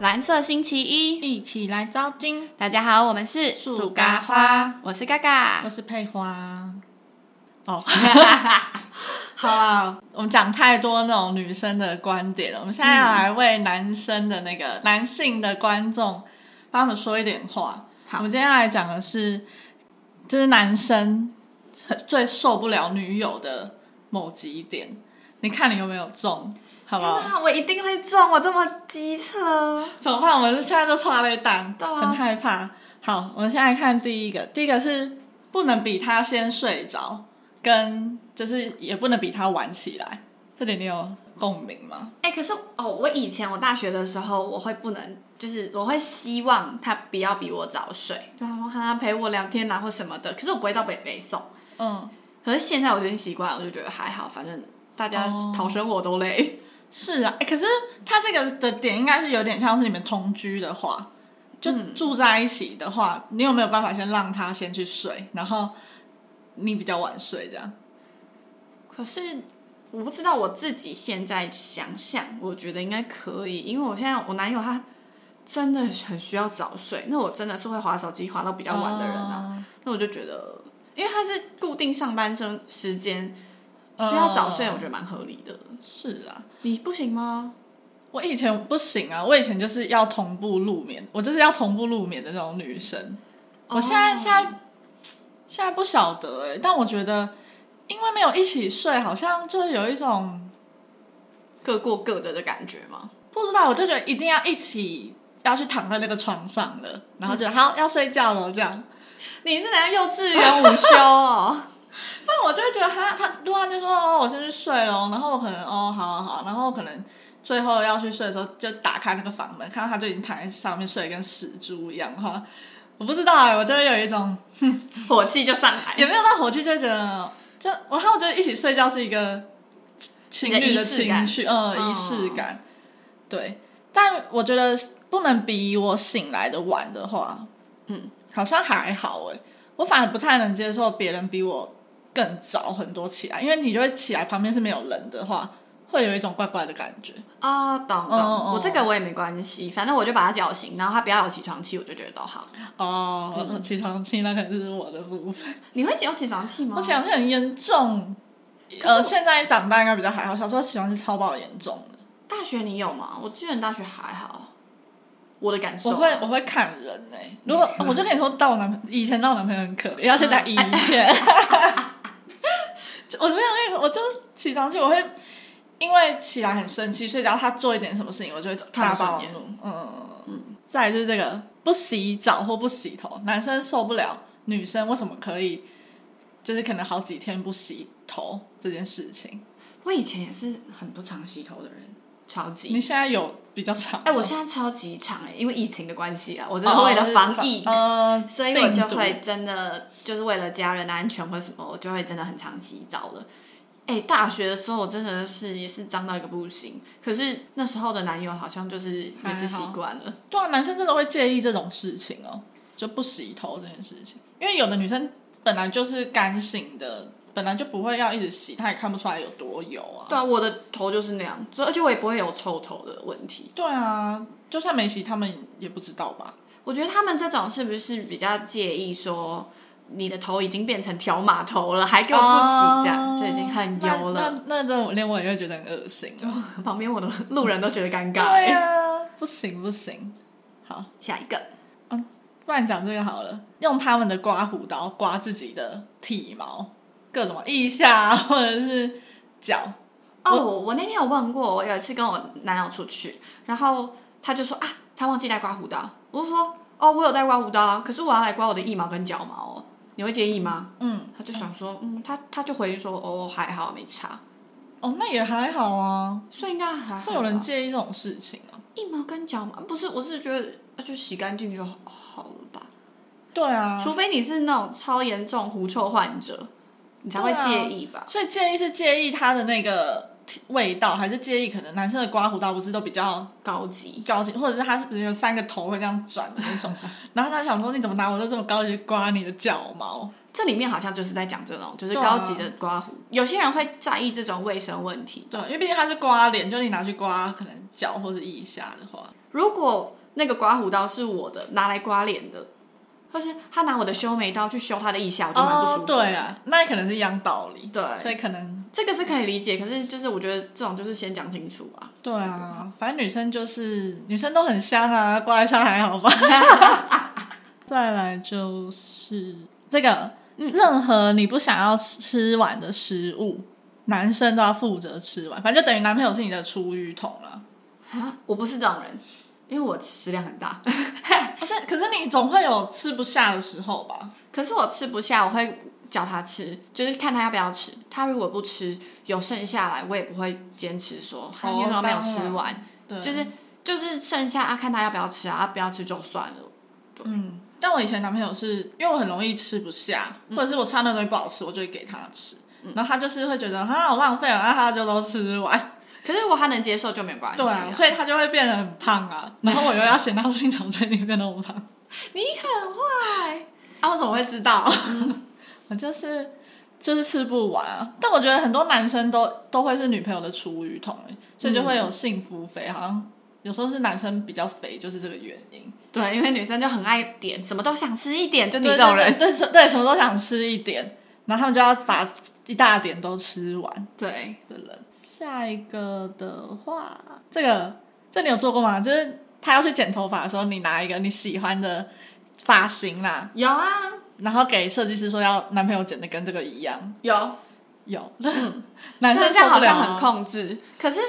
蓝色星期一，一起来招金。大家好，我们是树咖花，我是嘎 嘎我。是佩花。哦，好啦，我们讲太多那种女生的观点了，我们现在要来为男生的那个男性的观众帮我们说一点话。好我们今天来讲的是，就是男生最受不了女友的某几点，你看你有没有中？好不好？啊，我一定会中，我这么机车。怎么办？我们现在就刷了一单，对啊很害怕。好，我们现在看第一个，第一个是不能比他先睡着，跟就是也不能比他晚起来。这点你有共鸣吗？哎、可是哦，我以前我大学的时候，我会不能，就是我会希望他不要比我早睡，就他说啊他陪我两天啦啊或什么的，可是我不会到北北送。嗯，可是现在我已经习惯了，我就觉得还好，反正大家哦讨生活都累。是啊。哎、可是他这个的点应该是有点像是你们同居的话，就嗯住在一起的话，你有没有办法先让他先去睡，然后你比较晚睡这样？可是我不知道我自己现在想想，我觉得应该可以，因为我现在我男友他真的很需要早睡，那我真的是会划手机划到比较晚的人啊。哦那我就觉得，因为他是固定上班生时间，需要早睡，嗯我觉得蛮合理的。是啊。你不行吗？我以前不行啊，我以前就是要同步入眠，我就是要同步入眠的那种女生。我现在、哦现在现在不晓得哎、但我觉得因为没有一起睡，好像就有一种各过各的的感觉吗？不知道，我就觉得一定要一起要去躺在那个床上了，然后就、好要睡觉了这样。你是来幼稚园午休哦？ 不然我就会觉得他他突然就说哦，我先去睡咯，然后我可能哦，好好好，然后我可能最后要去睡的时候，就打开那个房门，看到他就已经躺在上面睡得跟死猪一样的话，我不知道哎、我就会有一种火气就上来也没有到火气，就会觉得就然后我觉得一起睡觉是一个情侣一个的仪式感情绪，嗯，嗯仪式感，对，但我觉得不能比我醒来的晚的话，嗯，好像还好哎、我反而不太能接受别人比我更早很多起来，因为你就会起来旁边是没有人的话，会有一种怪怪的感觉。啊、懂懂，嗯嗯嗯我这个我也没关系，反正我就把他叫醒，然后他不要有起床气，我就觉得都好。哦，嗯起床气那可能是我的部分，你会有起床气吗？我起床气很严重。呃，现在长大应该比较还好，小时候起床是超爆严重的。大学你有吗？我记得你大学还好，我的感受我啊、会我会看人哎、如果我就跟你说，到我男朋以前到我男朋友很可怜，然后现在以嗯前， 就我没有那个，我就起床气，我会因为起来很生气，所以只要他做一点什么事情，我就会大看不顺暴眼怒。嗯嗯嗯。再来就是这个不洗澡或不洗头，男生受不了，女生为什么可以？就是可能好几天不洗头这件事情，我以前也是很不常洗头的人，超级你现在有比较长吗？哎、我现在超级长哎、因为疫情的关系啊，我真哦的为了防疫，呃，所以我就病毒会真的就是为了家人的安全或什么，我就会真的很常洗澡了。哎、大学的时候我真的是也是脏到一个不行，可是那时候的男友好像就是也是习惯了，对啊，男生真的会介意这种事情哦，就不洗头这件事情，因为有的女生本来就是干性的，本来就不会要一直洗，她也看不出来有多油啊。对啊，我的头就是那样，所以而且我也不会有臭头的问题。对啊，就算没洗，他们也不知道吧？我觉得他们这种是不是比较介意说你的头已经变成条码头了，还给我不洗，这样、啊就已经很油了。那那那这连我也会觉得很恶心。哦 旁边我的路人都觉得尴对尬、欸。啊，不行不行，好，下一个，不然讲这个好了，用他们的刮胡刀刮自己的体毛，各种腋下或者是脚，哦，我我那天有问过，我有一次跟我男友出去，然后他就说啊，他忘记带刮胡刀。我就说哦，我有带刮胡刀啊，可是我要来刮我的腋毛跟脚毛哦，你会介意吗？嗯，他就想说，嗯，他他就回说哦，还好没差，哦，那也还好啊。所以应该还好吧会有人介意这种事情啊？腋毛跟脚毛不是，我是觉得呃就洗干净就好好了吧，对啊，除非你是那种超严重狐臭患者，你才会介意吧？所以介意是介意它的那个体味道，还是介意可能男生的刮胡刀不是都比较高级，高级，或者是他是不是有三个头会这样转的那 种？然后他想说你怎么拿我的这么高级刮你的脚毛？这里面好像就是在讲这种，就是对啊高级的刮胡，有些人会在意这种卫生问题。啊对，因为毕竟它是刮脸，就你拿去刮可能脚或者腋下的话，如果那个刮胡刀是我的，拿来刮脸的，或是他拿我的修眉刀去修他的腋下，我就蛮不舒服哦，的。对啊，那可能是一样道理，对所以可能这个是可以理解，可是就是我觉得这种就是先讲清楚啊。对啊，反正女生就是女生都很香啊，刮一下还好 吧。再来就是这个，任何你不想要吃吃完的食物，男生都要负责吃完，反正就等于男朋友是你的厨余桶了。啊，我不是这种人，因为我食量很大，不是，可是你总会有吃不下的时候吧？可是我吃不下，我会叫他吃，就是看他要不要吃。他如果不吃，有剩下来，我也不会坚持说，他为什么没有吃完？对，就是就是剩下啊，看他要不要吃啊，啊不要吃就算了。嗯。但我以前男朋友是因为我很容易吃不下，或者是我吃到那个东西不好吃，我就会给他吃，然后他就是会觉得他好浪费啊，然后他就都吃完。可是如果他能接受就没关系、对啊，所以他就会变得很 胖啊，然后我又要嫌他说你怎么最近变得那么胖？你很坏，嗯啊，我怎么会知道？我就是就是吃不完啊。但我觉得很多男生都都会是女朋友的厨余桶、欸，所以就会有幸福肥，好像有时候是男生比较肥，就是这个原因。对，因为女生就很爱点，什么都想吃一点，就你对这种人。对对对对，什么都想吃一点，然后他们就要把一大点都吃完对，的人。下一个的话，这个这你有做过吗？就是他要去剪头发的时候，你拿一个你喜欢的发型啦，有啊，然后给设计师说要男朋友剪的跟这个一样，有。有， 男虽然嗯生这样受不好了像啊很控制，可是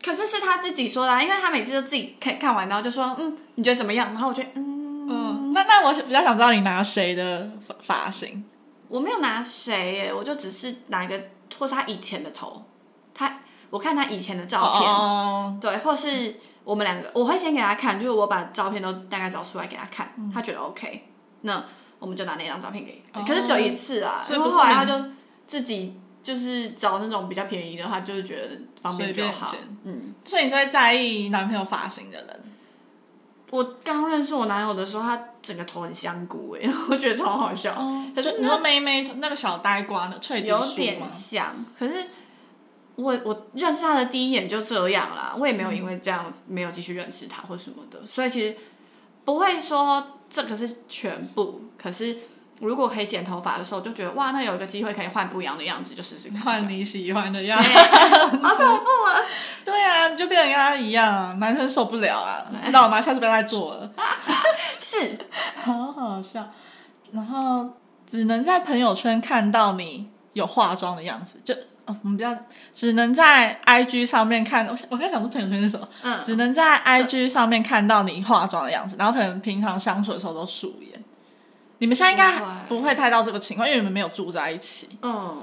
可是是他自己说的、啊，因为他每次都自己看看完，然后就说嗯，你觉得怎么样？然后我觉得嗯，嗯，那那我比较想知道你拿谁的发发型？我没有拿谁耶，我就只是拿一个，或是他以前的头，他我看他以前的照片，哦，对，或是我们两个，我会先给他看，就是我把照片都大概找出来给他看，他觉得 OK，那我们就拿那张照片给嗯哦可是只有一次啊，所以因为不是后来你他就自己就是找那种比较便宜的，他就是觉得方便随就便好剪，嗯。所以你是会在意男朋友发型的人。我刚认识我男友的时候，他整个头很香菇哎， 我觉得超好笑。哦，可就是你说妹妹那个小呆瓜呢？脆皮有酥点吗像，可是我我认识他的第一眼就这样啦，我也没有因为这样没有继续认识他或什么的，所以其实不会说这个是全部，可是。如果可以剪头发的时候，我就觉得哇，那有一个机会可以换不一样的样子，就试试看。换你喜欢的样子。好恐怖 啊！对啊，你就变得跟他一样啊，男生受不了啊，知道吗？下次不要再做了，是好好笑。然后只能在朋友圈看到你有化妆的样子，就哦，我们不要，只能在 IG 上面看。我想我刚才讲的朋友圈是什么？嗯只能在 IG 上面看到你化妆的样子，然后可能平常相处的时候都素颜。你们现在应该不会不会太到这个情况，因为你们没有住在一起，嗯，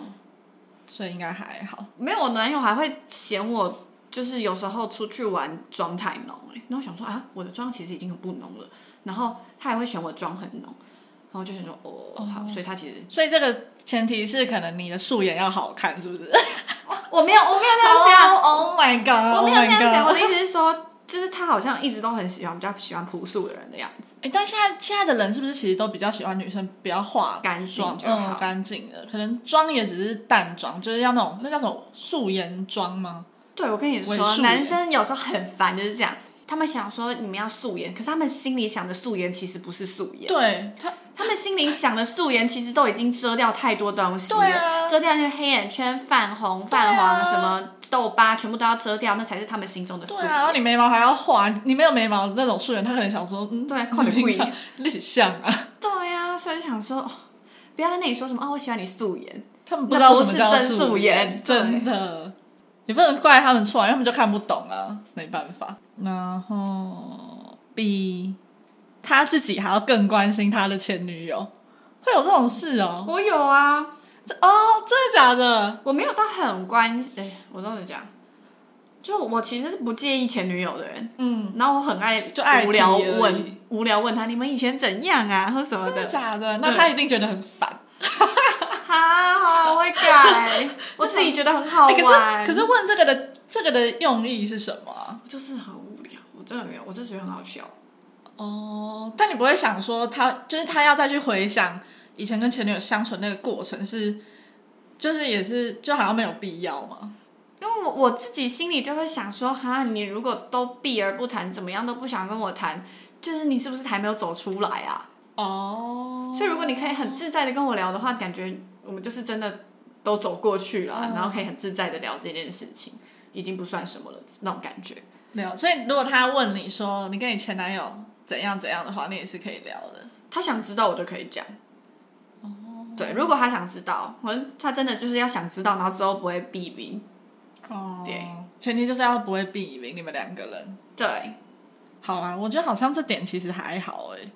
所以应该还好。没有，我男友还会嫌我，就是有时候出去玩妆太浓哎、欸，然后我想说啊，我的妆其实已经很不浓了，然后他还会嫌我妆很浓，然后就想说哦好，所以他其实所以这个前提是可能你的素颜要好看，是不是？我没有我没有那样讲，哦 Oh my god！啊我没有那样讲，我 Oh my 的 god！意思是说，就是他好像一直都很喜欢比较喜欢朴素的人的样子，哎，但现在现在的人是不是其实都比较喜欢女生不要化干净妆，就好嗯，干净的，可能妆也只是淡妆，就是要那种那叫什么素颜妆吗？对我跟你伪素说，颜男生有时候很烦就是这样，他们想说你们要素颜，可是他们心里想的素颜其实不是素颜。对，他他们心里想的素颜，其实都已经遮掉太多东西了，对啊遮掉那个黑眼圈、泛红、泛黄、什么痘疤，全部都要遮掉，那才是他们心中的素对颜。啊，然后你眉毛还要画，你没有眉毛那种素颜，他可能想说，嗯，对看你 你贵平常你是像啊，对呀、所以就想说，哦不要在那里说什么哦，我喜欢你素颜，他们不知道什么那叫不是真素颜真的，也不能怪他们错啊，因为他们就看不懂啊，没办法。然后比他自己还要更关心他的前女友，会有这种事哦？我有啊，这哦，真的假的？我没有到很关，哎，我到底讲，就我其实是不介意前女友的人，嗯，然后我很爱就爱无聊提而已问无聊问他你们以前怎样啊，或什么真的的，假的？那他一定觉得很烦。哈，好我会 改，我自己觉得很好哎玩。可是可是问这个的这个的用意是什么啊？我就是很无聊，我真的没有，我就觉得很好笑。哦，但你不会想说他，就是他要再去回想以前跟前女友相处的那个过程是，就是也是就好像没有必要嘛。因为我我自己心里就会想说，哈，你如果都避而不谈，怎么样都不想跟我谈，就是你是不是还没有走出来啊？哦，所以如果你可以很自在的跟我聊的话，感觉我们就是真的都走过去了，然后可以很自在的聊这件事情，已经不算什么了那种感觉。聊，所以如果他问你说你跟你前男友怎样怎样的话，你也是可以聊的。他想知道我就可以讲。对，如果他想知道，可能他真的就是要想知道，然后之后不会避避。哦对，前提就是要不会避名，你们两个人。对，好啊啦，我觉得好像这点其实还好哎、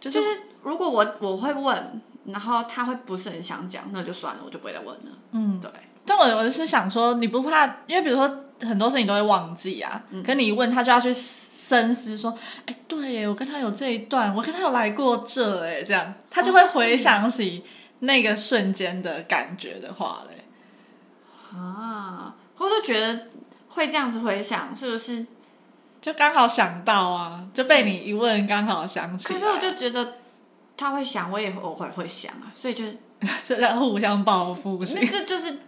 就是就是如果我我会问，然后他会不是很想讲，那就算了，我就不会再问了。嗯，对，但我我是想说，你不怕，因为比如说很多事情都会忘记啊，可你一问他就要去深思说，哎、对耶，我跟他有这一段，我跟他有来过这，哎，这样他就会回想起那个瞬间的感觉的话嘞。啊，我就觉得会这样子回想，是不是？就刚好想到啊，就被你一问，刚好想起可来。是我就觉得他会想，我也偶尔会想啊，所以就是就然后互相报复性那，这 就是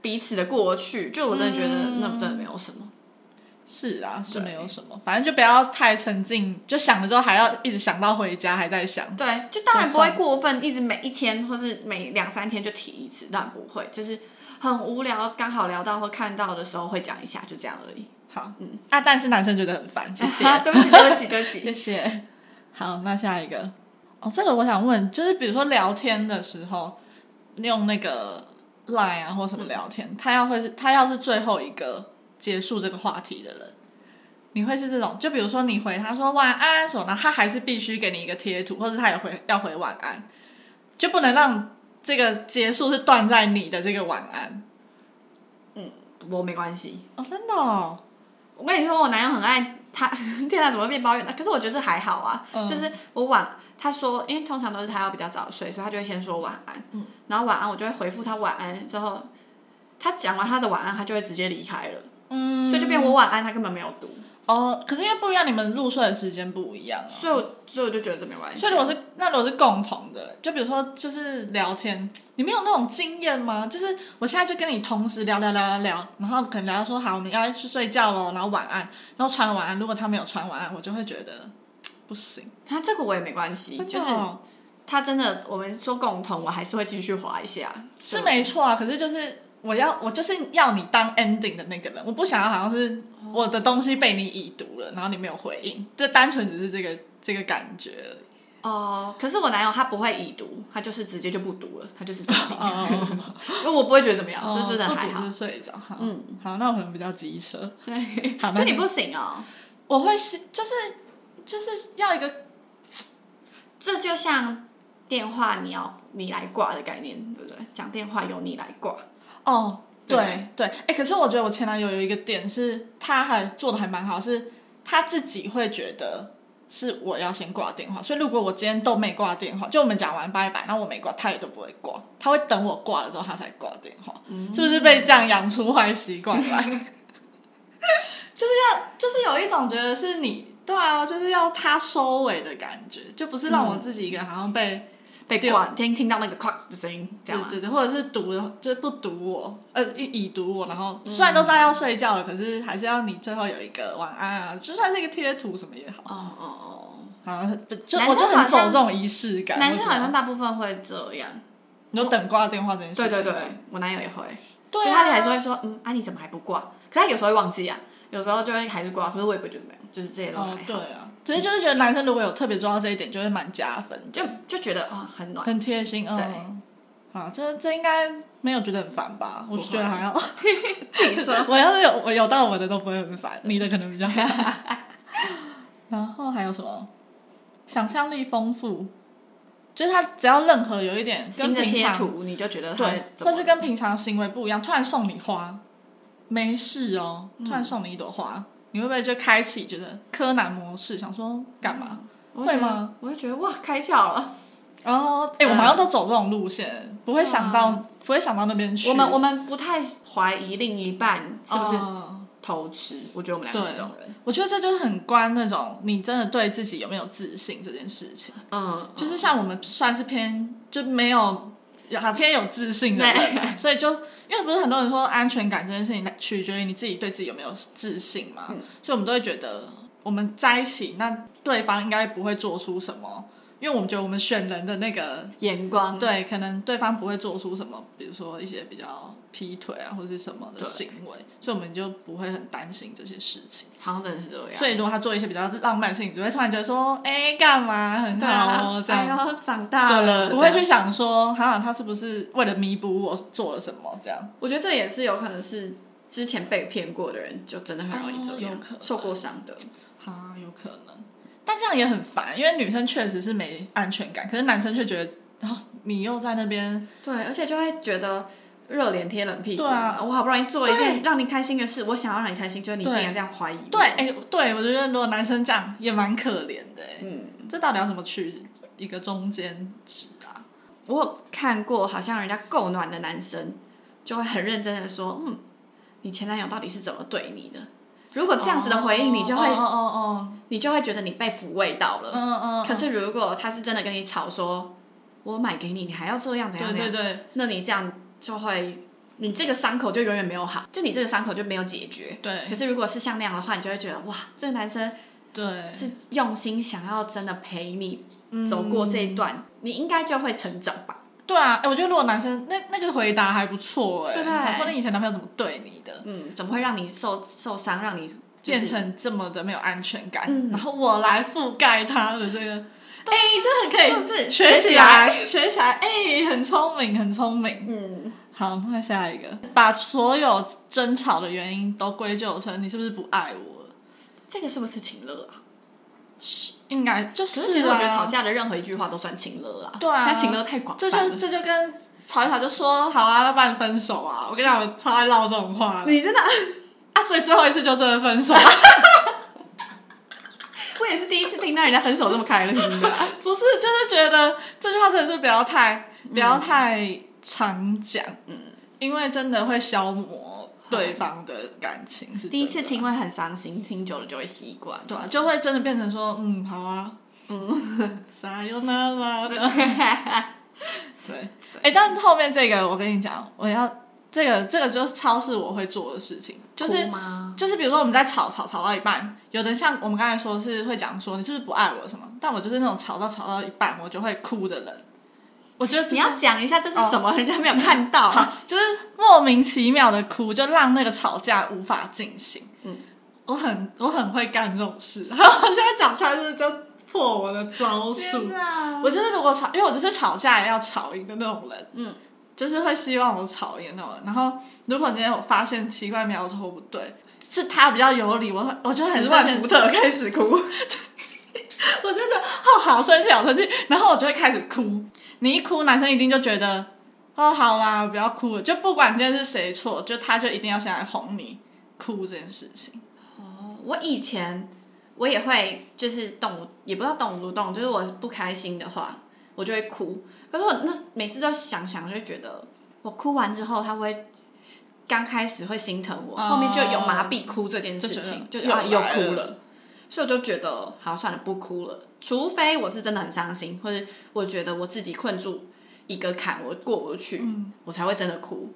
彼此的过去。就我真的觉得嗯那真的没有什么。是啊，是没有什么，反正就不要太沉浸，就想了之后还要一直想到回家，还在想。对，就当然不会就算过分，一直每一天或是每两三天就提一次，但不会，就是很无聊，刚好聊到或看到的时候会讲一下，就这样而已。好，嗯，啊，但是男生觉得很烦，谢 谢， 对不起，对不起，对不谢起。谢。好，那下一个，哦，这个我想问，就是比如说聊天的时候，用那个 Line 啊或什么聊天，他要会是他要是最后一个结束这个话题的人，你会是这种，就比如说你回他说晚安什么，然后他还是必须给你一个贴图，或者他也回要回晚安，就不能让这个结束是断在你的这个晚安我没关系。哦，真的、哦，我跟你说，我男友很爱他， 天哪，怎么会变抱怨呢？可是我觉得这还好啊，嗯就是我晚，他说，因为通常都是他要比较早睡，所以他就会先说晚安，嗯然后晚安我就会回复他晚安之后，他讲完他的晚安，他就会直接离开了，嗯所以就变我晚安，他根本没有读，哦，可是因为不一样，你们入睡的时间不一样啊。所以我所以我就觉得这没关系。所以如果是那如果是共同的，就比如说就是聊天，你没有那种经验吗？就是我现在就跟你同时聊聊聊聊聊，然后可能聊到说好我们要去睡觉喽，然后晚安，然后传了晚安，如果他没有传晚安，我就会觉得嘖不行，他这个我也没关系，就是哦他真的，我们说共同，我还是会继续划一下，是没错啊。可是就是我要我就是要你当 ending 的那个人，我不想要好像是我的东西被你已读了，然后你没有回应，就单纯只是这个这个感觉而已。哦、可是我男友他不会已读，他就是直接就不读了，他就是这样，哦，就我不会觉得怎么样，哦这真的不还赌好就是。睡着。好嗯好，那我可能比较机车，对，好所以那你不行哦。我会是就是就是要一个这就像电话你要你来挂的概念，对不对？讲电话由你来挂，哦，对对对，哎、可是我觉得我前男友有一个点是，他还做的还蛮好，是他自己会觉得。是我要先挂电话，所以如果我今天都没挂电话，就我们讲完拜拜，那我没挂，他也都不会挂，他会等我挂了之后他才挂电话，是不是被这样养出坏习惯来？就是有一种觉得是你对啊，就是要他收尾的感觉，就不是让我自己一个人好像被、被挂，听听到那个咔的声音，这样吗啊对？对对，或者是读的，就是不读我，呃，已已读我，然后虽然都知道要睡觉了，可是还是要你最后有一个晚安啊，就算是一个贴图什么也好，哦哦好，不就男生我就很走好像这种仪式哦，感。男生好我像觉得大部分会这样，你就等挂电话这件事对情，对对，我男友也会，对啊就他还是会说，嗯，啊你怎么还不挂？可他有时候会忘记啊，有时候就会还是挂，可是我也不觉得没有，就是这些都还哦好，对啊，只是就是觉得男生如果有特别做到这一点，就会蛮加分的，就就觉得啊、很暖。很贴心，嗯。好，这这应该没有觉得很烦吧？我不是觉得会还好。自己 说，我要是有我有到我的都不会很烦，你的可能比较烦。 然后还有什么？想象力丰富，就是他只要任何有一点 跟新的平贴常图你就觉得他对，怎么或是跟平常行为不一样，突然送你花，没事哦，突然送你一朵花，你会不会就开启觉得柯南模式，想说干嘛？我觉得会吗？我就觉得哇，开窍了。然后哎、我嗯们好像都走这种路线，不会想到、不会想到那边去。我们我们不太怀疑另一半是不是嗯偷吃，我觉得我们两个是这种人。我觉得这就是很关那种你真的对自己有没有自信这件事情。嗯，就是像我们算是偏就没有有很偏有自信的人啊，所以就因为不是很多人说安全感这件事情取决于你自己对自己有没有自信嘛，所以我们都会觉得我们在一起，那对方应该不会做出什么，因为我们觉得我们选人的那个嗯眼光，对，可能对方不会做出什么，比如说一些比较劈腿啊或是什么的行为，所以我们就不会很担心这些事情。好像真的是这样。所以如果他做一些比较浪漫的事情，只会突然觉得说，哎、干嘛很对好啊哦，，这哎样。呦长大了，不会这去样。想说，好像他是不是为了弥补我做了什么这样？我觉得这也是有可能是之前被骗过的人，就真的很容易这哦有样可，能受过伤的。啊，有可能，但这样也很烦，因为女生确实是没安全感，可是男生却觉得，哦，你又在那边，对，而且就会觉得热脸贴冷屁股。对啊我好不容易做了一件对让你开心的事，我想要让你开心，就是你竟对然这样怀疑。对，，哎、对我觉得如果男生这样也蛮可怜的、哎嗯，这到底要怎么去一个中间值啊？我有看过，好像人家够暖的男生就会很认真的说，嗯，你前男友到底是怎么对你的？如哦果这样子的回应，你就会、哦哦你就会觉得你被抚慰到了哦，。嗯嗯，可是如果他是真的跟你吵说，我买给你，你还要这样怎样对怎样，对对那你这样就会，你这个伤口就永远没有好，就你这个伤口就没有解决。可对是如果是像那样的话，你就会觉得哇，这个男生对，是用心想要真的陪你走过这一嗯段，你应该就会成长吧。对啊，哎、我觉得如果男生那那个回答还不错、哎，对想说你以前男朋友怎么对你的？嗯，怎么会让你受受伤，让你、就是、变成这么的没有安全感，嗯然后我来覆盖他的这个，哎、这很可以，是是学起来，学起来，哎、很聪明，很聪明。嗯，好，那下一个，把所有争吵的原因都归咎成你是不是不爱我了？这个是不是情勒啊？应该就可是、啊，是其实我觉得吵架的任何一句话都算情勒啦。对啊现在情勒太广泛这了。就这就跟吵一吵就说好啊，那不然分手啊！我跟你讲，我超爱唠这种话 的你真的，啊，所以最后一次就真的分手。啊我也是第一次听到人家分手这么开心的。不是，就是觉得这句话真的是不要太不要太常讲，嗯，因为真的会消磨对方的感情，是第一次真的听会很伤心，听久了就会习惯。对啊，就会真的变成说，嗯，好啊， 嗯，撒又那啦，对，哎、但后面这个我跟你讲，我要这个这个就是超市我会做的事情，就是哭吗？就是比如说我们在吵吵吵到一半，有的像我们刚才说是会讲说你是不是不爱我什么，但我就是那种吵到吵到一半我就会哭的人。我觉得这你 要讲一下这是什么，人家没有看到。就是莫名其妙的哭，就让那个吵架无法进行。嗯，我很我很会干这种事， 然后现在讲出来是不是就破我的招数？哪！我就是如果吵，因为我就是吵架也要吵赢的那种人，嗯，就是会希望我吵赢那种人。然后如果今天我发现奇怪苗头不对，是他比较有理，我会我就很十万生气伏特开始哭。 我就觉得哦，好生气，好生气，然后我就会开始哭。你一哭，男生一定就觉得哦，好啦，不要哭了。就不管今天是谁错，就他就一定要先来哄你哭这件事情。哦，我以前我也会就是动，也不知道动不动，就是我不开心的话，我就会哭。可是我那每次都想想，就会觉得我哭完之后，他会刚开始会心疼我，哦后面就有麻痹哭这件事情，就就觉得啊又又来哭了了。所以我就觉得，好算了，不哭了。除非我是真的很伤心，或者我觉得我自己困住一个坎，我过不去，嗯我才会真的哭。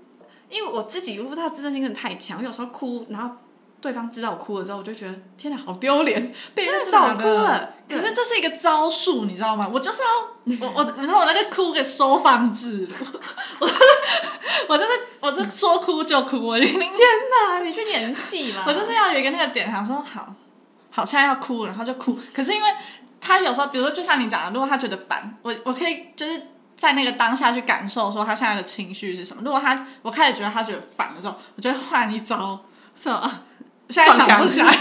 因为我自己我不知道自尊心真的太强，有时候哭，然后对方知道我哭了之后，我就觉得天哪，好丢脸，被认真的识到假我的哭了。可是这是一个招数，你知道吗？我就是要我我，你知道我那个哭给收放 置，我我就是我就说哭就哭，我一定天哪，你去演戏啦！我就是要有一个那个点，想说好，好，现在要哭，然后就哭。可是因为他有时候，比如说就像你讲的，如果他觉得烦，我我可以就是在那个当下去感受说他现在的情绪是什么。如果他我开始觉得他觉得烦了之后，我就会换一招，啊什么现在想不起 来，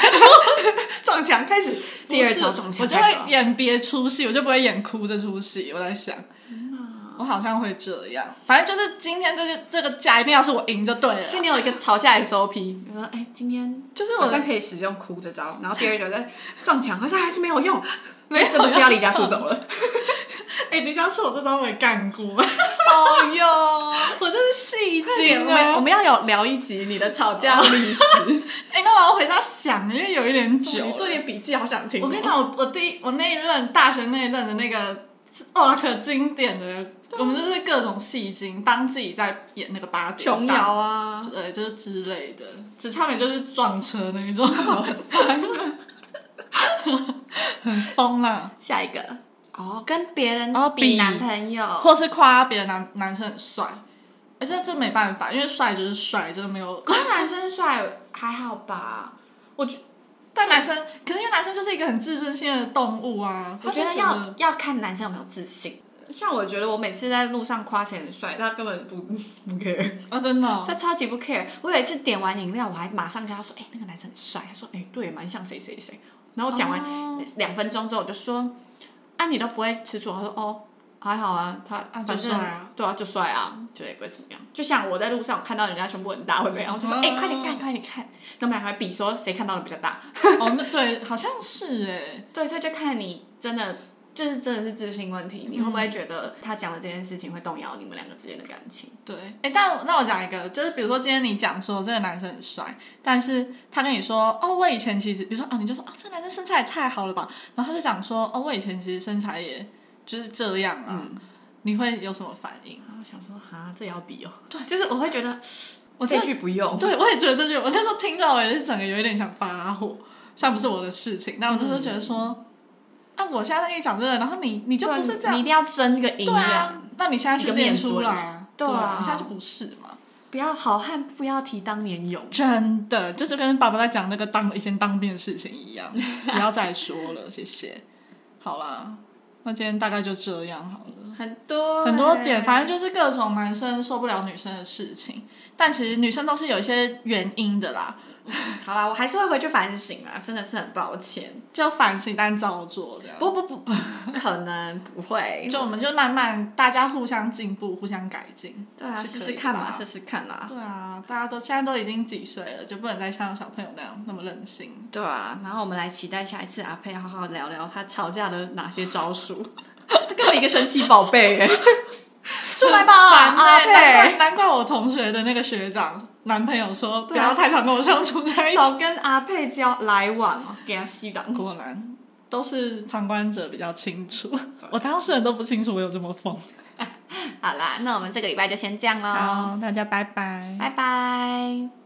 撞墙开始， 第二招撞我墙就开始了会。演别出戏，我就不会演哭这出戏。我在想，我好像会这样，反正就是今天这个这个架一定要是我赢就对了。所以你有一个吵架 SOP，你说哎，今天就是好我像可以使用哭这招，然后第二招在撞墙，可是还是没有用，没有是 不是要离家出走撞了？哎、你这样说我这招 我也干过。哦哟，我真是戏我精们我啊！们要有聊一集你的吵架哦历史，哎、那我要回家想，因为有一点久了。你做点笔记，好想听哦。我跟你讲，我我第一我那一任大学那一任的那个是哇，可经典的，我们就是各种戏精帮自己在演那个八点琼档瑶啊，对，就是之类的，只差点就是撞车那一种， 很疯啊啦。下一个哦，跟别人哦比比男朋友，或是夸别的男男生很帅，哎、这这没办法，因为帅就是帅，真的没有。可是男生帅还好吧？我觉但男生，可是因为男生就是一个很自尊心的动物啊，我他就觉得要要看男生有没有自信。像我觉得我每次在路上夸谁很帅，他根本不不 care，啊，真 的哦、他超级不 care。我有一次点完饮料，我还马上跟他说：“哎、那个男生很帅。”他说：“哎、对，蛮像谁谁谁。”然后我讲完哦两分钟之后，我就说：“啊，你都不会吃醋？”他说：“哦，还好啊，他啊就反正帅啊对啊，就帅啊，就也不会怎么样。”就像我在路上我看到人家胸部很大或怎样，我就说：“哦哎、快点看，快点看！”他们两个还比说谁看到的比较大。哦，那对，好像是哎、对，所以就看你真的就是真的是自信问题，你会不嗯会觉得他讲的这件事情会动摇你们两个之间的感情？对，哎，但我那我讲一个，就是比如说今天你讲说这个男生很帅，但是他跟你说，哦，我以前其实，比如说啊，你就说啊，这个男生身材也太好了吧，然后他就讲说，哦，我以前其实身材也就是这样啊，嗯你会有什么反应？然后我想说，哈，这也要比哦。对，就是我会觉得我这真的句不用。对，我也觉得这句，我那时候听到，我也是整个有一点想发火，虽然不是我的事情，但我那时候嗯觉得说，啊，我现在在跟你讲这个，然后你你就不是你这样一，定要争一个赢对啊啊！，那你现在一去个练面子出问来题啊，对啊你现在就不是嘛。不要好汉不要提当年勇。真的，这就跟爸爸在讲那个当以前当兵的事情一样，不要再说了，谢谢。 好啦，那今天大概就这样好了。很多欸很多点，反反正就是各种男生受不了女生的事情，但其实女生都是有一些原因的啦，正好啦，我还是会回去反省啊，真的是很抱歉。就反省但照做这样。不不不， 可能不会。就我们就慢慢大家互相进步，互相改进。对啊，试是可以试看嘛，吧试试看啦。对啊，大家都现在都已经几岁了，就不能再像小朋友那样那么任性。对啊，然后我们来期待下一次阿佩好好聊聊他吵架的哪些招数。 他根本一个神奇宝贝 哎，出来吧，很阿烦欸难怪佩！难怪我同学的那个学长男朋友说不对啊要太常跟我相处在一起。少跟阿佩交来往哦，给他吸档。果然都是旁观者比较清楚，我当事人都不清楚我有这么疯。好啦，那我们这个礼拜就先这样喽，好，大家拜拜。拜拜。